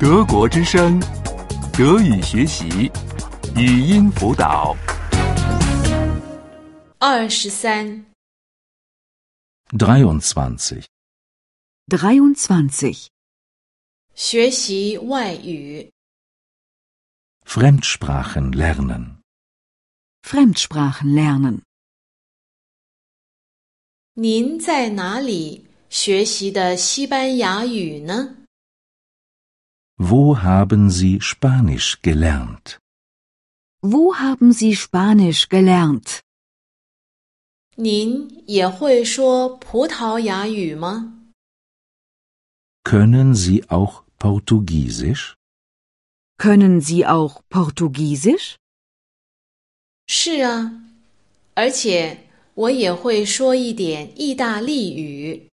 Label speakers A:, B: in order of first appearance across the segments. A: 德国之声，德语学习，语音辅导。
B: 二十三，
C: 23.
D: 23.
B: 学习外语。
C: Fremdsprachen lernen.
D: Fremdsprachen lernen.
B: 您在哪里学习的西班牙语呢？
C: Wo haben Sie Spanisch gelernt?
D: Wo haben Sie Spanisch gelernt?
B: 您也会说葡萄牙语吗？
C: Können Sie auch Portugiesisch?
D: Können Sie auch Portugiesisch?
B: 是啊，而且我也会说一点意大利语。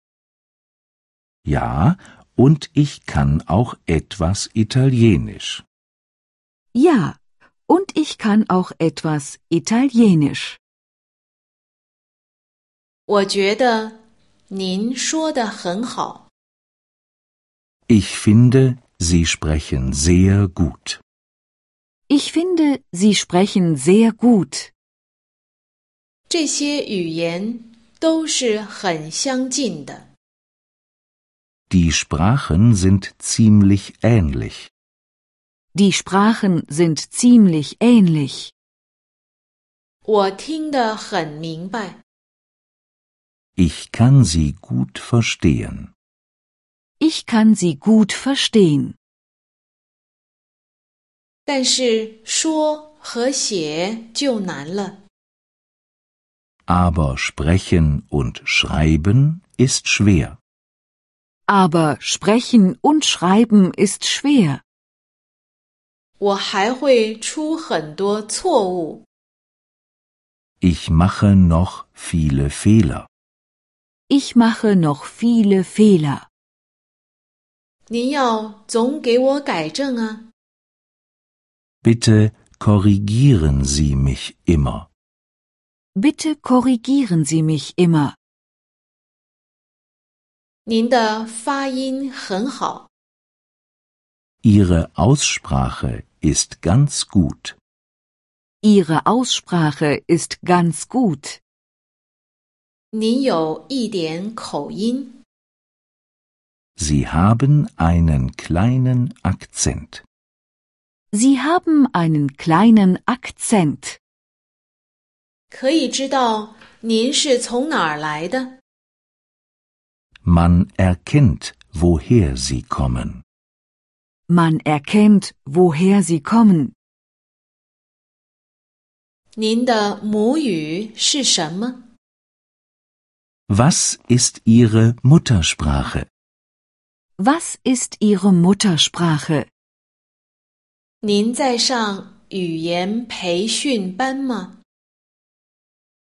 C: Ja, und ich kann auch etwas Italienisch.
D: Ja. Und ich kann auch etwas Italienisch.
B: 我觉得您说的很好。
C: Ich finde, Sie sprechen sehr gut.
D: Ich finde, Sie sprechen sehr gut.
B: 这些语言都是很相近的。
C: Die Sprachen sind ziemlich ähnlich.
D: Die Sprachen sind ziemlich ähnlich.
B: 我听得很明白，
C: Ich kann sie gut verstehen.
D: Ich kann sie gut verstehen.
B: 但是说和写就难了。
C: Aber sprechen und schreiben ist schwer.
D: Aber sprechen und schreiben ist schwer.
B: 我还会出很多错误，
C: Ich mache noch viele Fehler.
D: Ich mache noch viele Fehler.
B: 您要总给我改正啊！
C: Bitte korrigieren Sie mich immer.
D: Bitte korrigieren Sie mich immer.
B: 您的发音很好，
C: Ihre Aussprache ist ganz gut.
D: Ihre Aussprache ist ganz gut.
B: 您有一点口音，
C: Sie haben einen kleinen Akzent.
D: Sie haben einen kleinen Akzent.
B: 可以知道您是从哪儿来的。
C: Man erkennt, woher Sie kommen.
D: Man erkennt, woher sie kommen.
B: 您的母语是什么？
C: Was ist Ihre Muttersprache?
D: Was ist ihre Muttersprache?
B: 您在上语言培训班吗？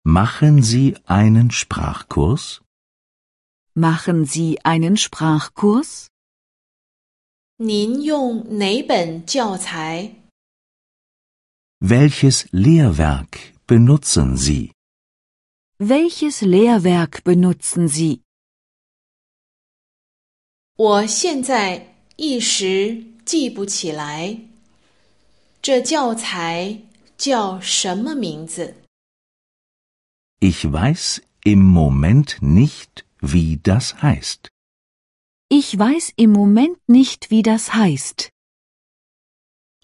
C: Machen Sie einen Sprachkurs?
D: Machen Sie einen Sprachkurs?
B: 您用哪本教材？
C: Welches Lehrwerk benutzen Sie?
D: Welches Lehrwerk benutzen Sie?
B: 我现在一时记不起来，这教材叫什么名字？
C: Ich weiß im Moment nicht, wie das heißt.
D: Ich weiß im Moment nicht, wie das heißt.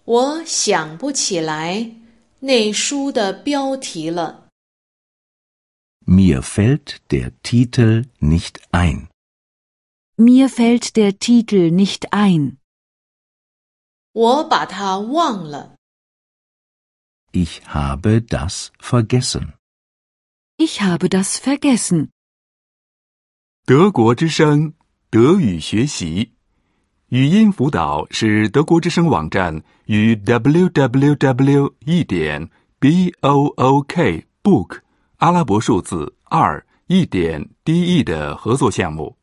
B: 我想不起来那书的标题了。
C: Mir fällt der Titel nicht ein.
D: Mir fällt der Titel nicht ein.
B: 我把它忘了。
C: Ich habe das vergessen.
D: Ich habe das vergessen.
A: 德国之声，德语学习，语音辅导是德国之声网站与 www. 一点 b o o k book 阿拉伯数字二一点 d e 的合作项目。